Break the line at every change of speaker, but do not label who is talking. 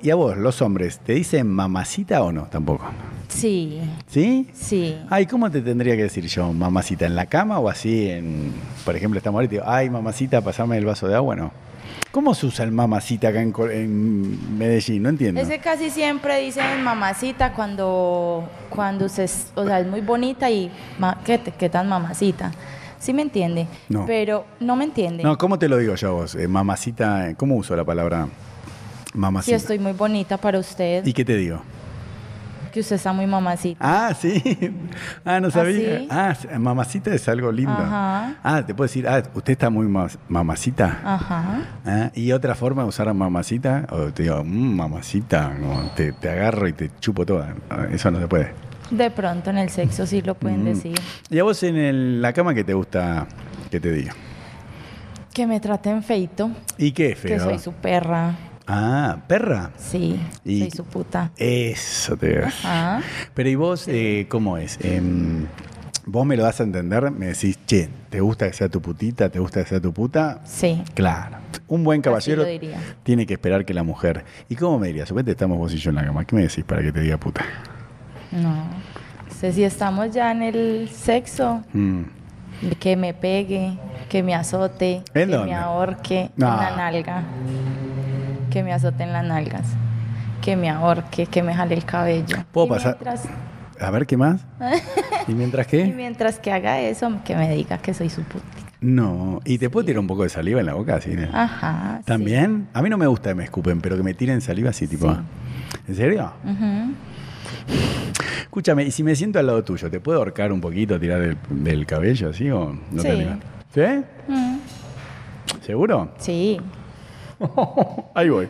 ¿Y a vos, los hombres, te dicen mamacita o no? Tampoco.
Sí,
¿Sí?
sí.
Ay, ¿cómo te tendría que decir yo? ¿Mamacita en la cama o así? En, por ejemplo, estamos ahorita y digo, ay, mamacita, pasame el vaso de agua, no. ¿Cómo se usa el mamacita acá en, Col- en Medellín? No entiendo.
Es que casi siempre dicen mamacita cuando, cuando se, es- o sea, es muy bonita y ma- ¿qué, te- qué tan mamacita. ¿Sí me entiende?
No.
Pero no me entiende.
No, ¿cómo te lo digo yo a vos? Eh, mamacita, eh, ¿cómo uso la palabra
si
mamacita?
estoy muy bonita para usted,
¿Y qué te digo?
que usted está muy mamacita.
Ah, sí. Ah, no sabía.
sí?
Ah, sí, mamacita es algo lindo.
Ajá.
Ah, te puedo decir, ah, usted está muy mas- mamacita.
Ajá.
Ah, Y otra forma de usar a mamacita, o te digo, "Mm, mamacita, como te, te agarro y te chupo toda. Ah, Eso no se puede.
De pronto en el sexo sí lo
Mm.
pueden decir.
¿Y a vos en el- la cama qué te gusta que te diga?
Que me traten feito,
¿Y qué es feo?
que soy su perra.
Ah, perra.
Sí,
Y-
soy su puta.
Eso te digo.
Ah,
Pero ¿y vos eh, cómo es? Em, vos me lo das a entender, me decís, che, ¿te gusta que sea tu putita? ¿Te gusta que sea tu puta?
sí.
Claro. Un buen caballero
Así lo diría.
tiene que esperar que la mujer. ¿Y cómo me dirías? Suponete estamos vos y yo en la cama. ¿Qué me decís para que te diga puta?
No. sé si estamos ya en el sexo,
Mm.
que me pegue, que me azote, que
dónde? Ah.
me ahorque
No.
en la nalga. Que me azote en las nalgas. Que me ahorque, que me jale el cabello.
¿Puedo
Y
pasar?
Mientras,
A ver, ¿qué más? ¿Y mientras qué?
y mientras que haga eso, que me diga que soy su puta.
No. ¿Y te puedo tirar un poco de saliva en la boca? Así, ¿no?
Ajá. Ah, sí.
¿También? A mí no me gusta que me escupen, pero que me tiren saliva así, tipo.
Sí.
¿En serio?
Ujú.
Escúchame, y si me siento al lado tuyo, ¿te puedo ahorcar un poquito, tirar el- del cabello así o no te
Sí.
animas? ¿Sí?
Mm,
¿Seguro?
Sí.
Ahí voy.